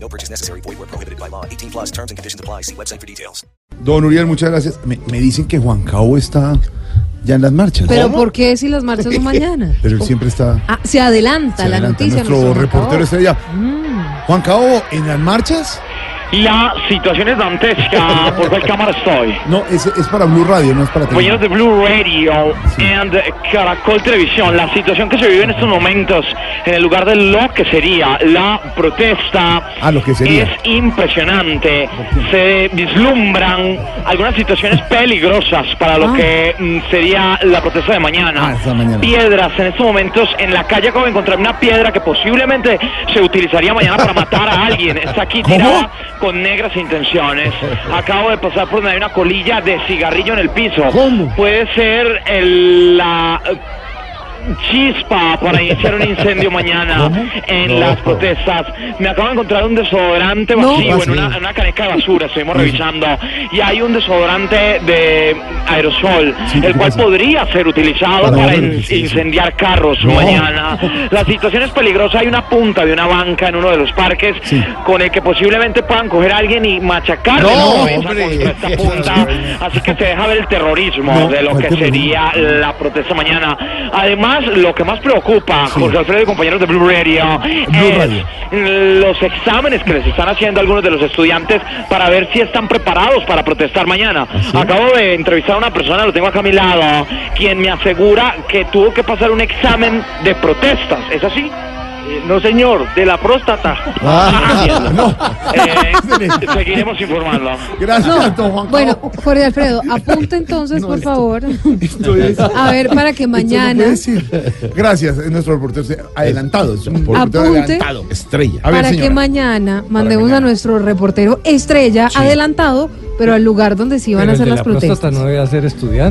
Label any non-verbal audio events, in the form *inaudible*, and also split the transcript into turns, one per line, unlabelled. No purchase necessary. Void where prohibited by law. 18 plus terms and conditions apply. See website for details.
Don Uriel, muchas gracias. Me, me dicen que Juan Cabo está ya en las marchas.
¿Pero por qué si las
*laughs*
marchas son mañana?
Pero él siempre está.
Ah, se adelanta
se
la
adelanta.
noticia.
Nuestro
Juan Mm. Cabo.
reportero está allá. Juan Cabo, ¿en las marchas?
La situación
*laughs*
es dantesca. ¿Por cuál cámara estoy?
No, es, es para Blue Radio, no es para
Compañeros
televisión.
de Blue Radio and Caracol Televisión, la situación que se vive en estos momentos en el lugar de lo que sería la protesta
Ah, lo que sería.
es impresionante. Se vislumbran algunas situaciones peligrosas para lo
Ah.
que mm, sería la protesta de
Ah, esa mañana.
Piedras en estos momentos en la calle acabo de encontrar una piedra que posiblemente se utilizaría mañana para matar a alguien. Está aquí
¿Cómo?
tirada con
*laughs*
negras intenciones. Acabo de pasar por donde hay una colilla de cigarrillo en el piso.
¿Cómo?
Puede ser el- la eh, chispa para iniciar un incendio mañana
¿Cómo?
en
No.
las protestas. Me acabo de encontrar un desodorante
No.
vacío en,
Vacío.
una, en una caneca de basura, estuvimos revisando, y hay un desodorante de aerosol,
Sí, ¿qué
el cual
pasa?
podría ser utilizado
Para
para,
volver,
in-
sí, sí.
incendiar carros
No.
mañana. La situación es peligrosa, hay una punta de una banca en uno de los parques
Sí.
con el que posiblemente puedan coger a alguien y machacar
No, hombre.
contra
*laughs*
esta punta. Así que se deja ver el terrorismo
No,
de lo
¿cuál
que
terrorismo?
sería la protesta mañana. Además, lo que más preocupa,
Sí.
José Alfredo y compañeros de Blue Radio,
Blue
es
Radio.
Eh, los exámenes que les están haciendo algunos de los estudiantes para ver si están preparados para protestar mañana.
¿Ah,
Acabo de entrevistar a una persona, lo tengo acá a mi lado, quien me asegura que tuvo que pasar un examen de protestas. ¿Es así? Eh, No, señor, de la próstata. Eh,
Ah, *laughs* no. *laughs*
seguiremos informando.
Gracias, *laughs* don Juan Cabo.
Bueno, Jorge Alfredo,
*laughs*
apunta entonces, por favor.
Esto es-
A ver, para que mañana,
Esto no puede ser. Gracias, es nuestro reportero adelantado. Es un reportero
Apunte.
adelantado. Estrella. A ver,
para que
señora.
mañana mandemos
mañana.
a nuestro reportero estrella adelantado, pero al lugar donde se iban a hacer las protestas.
no debe ser estudiante.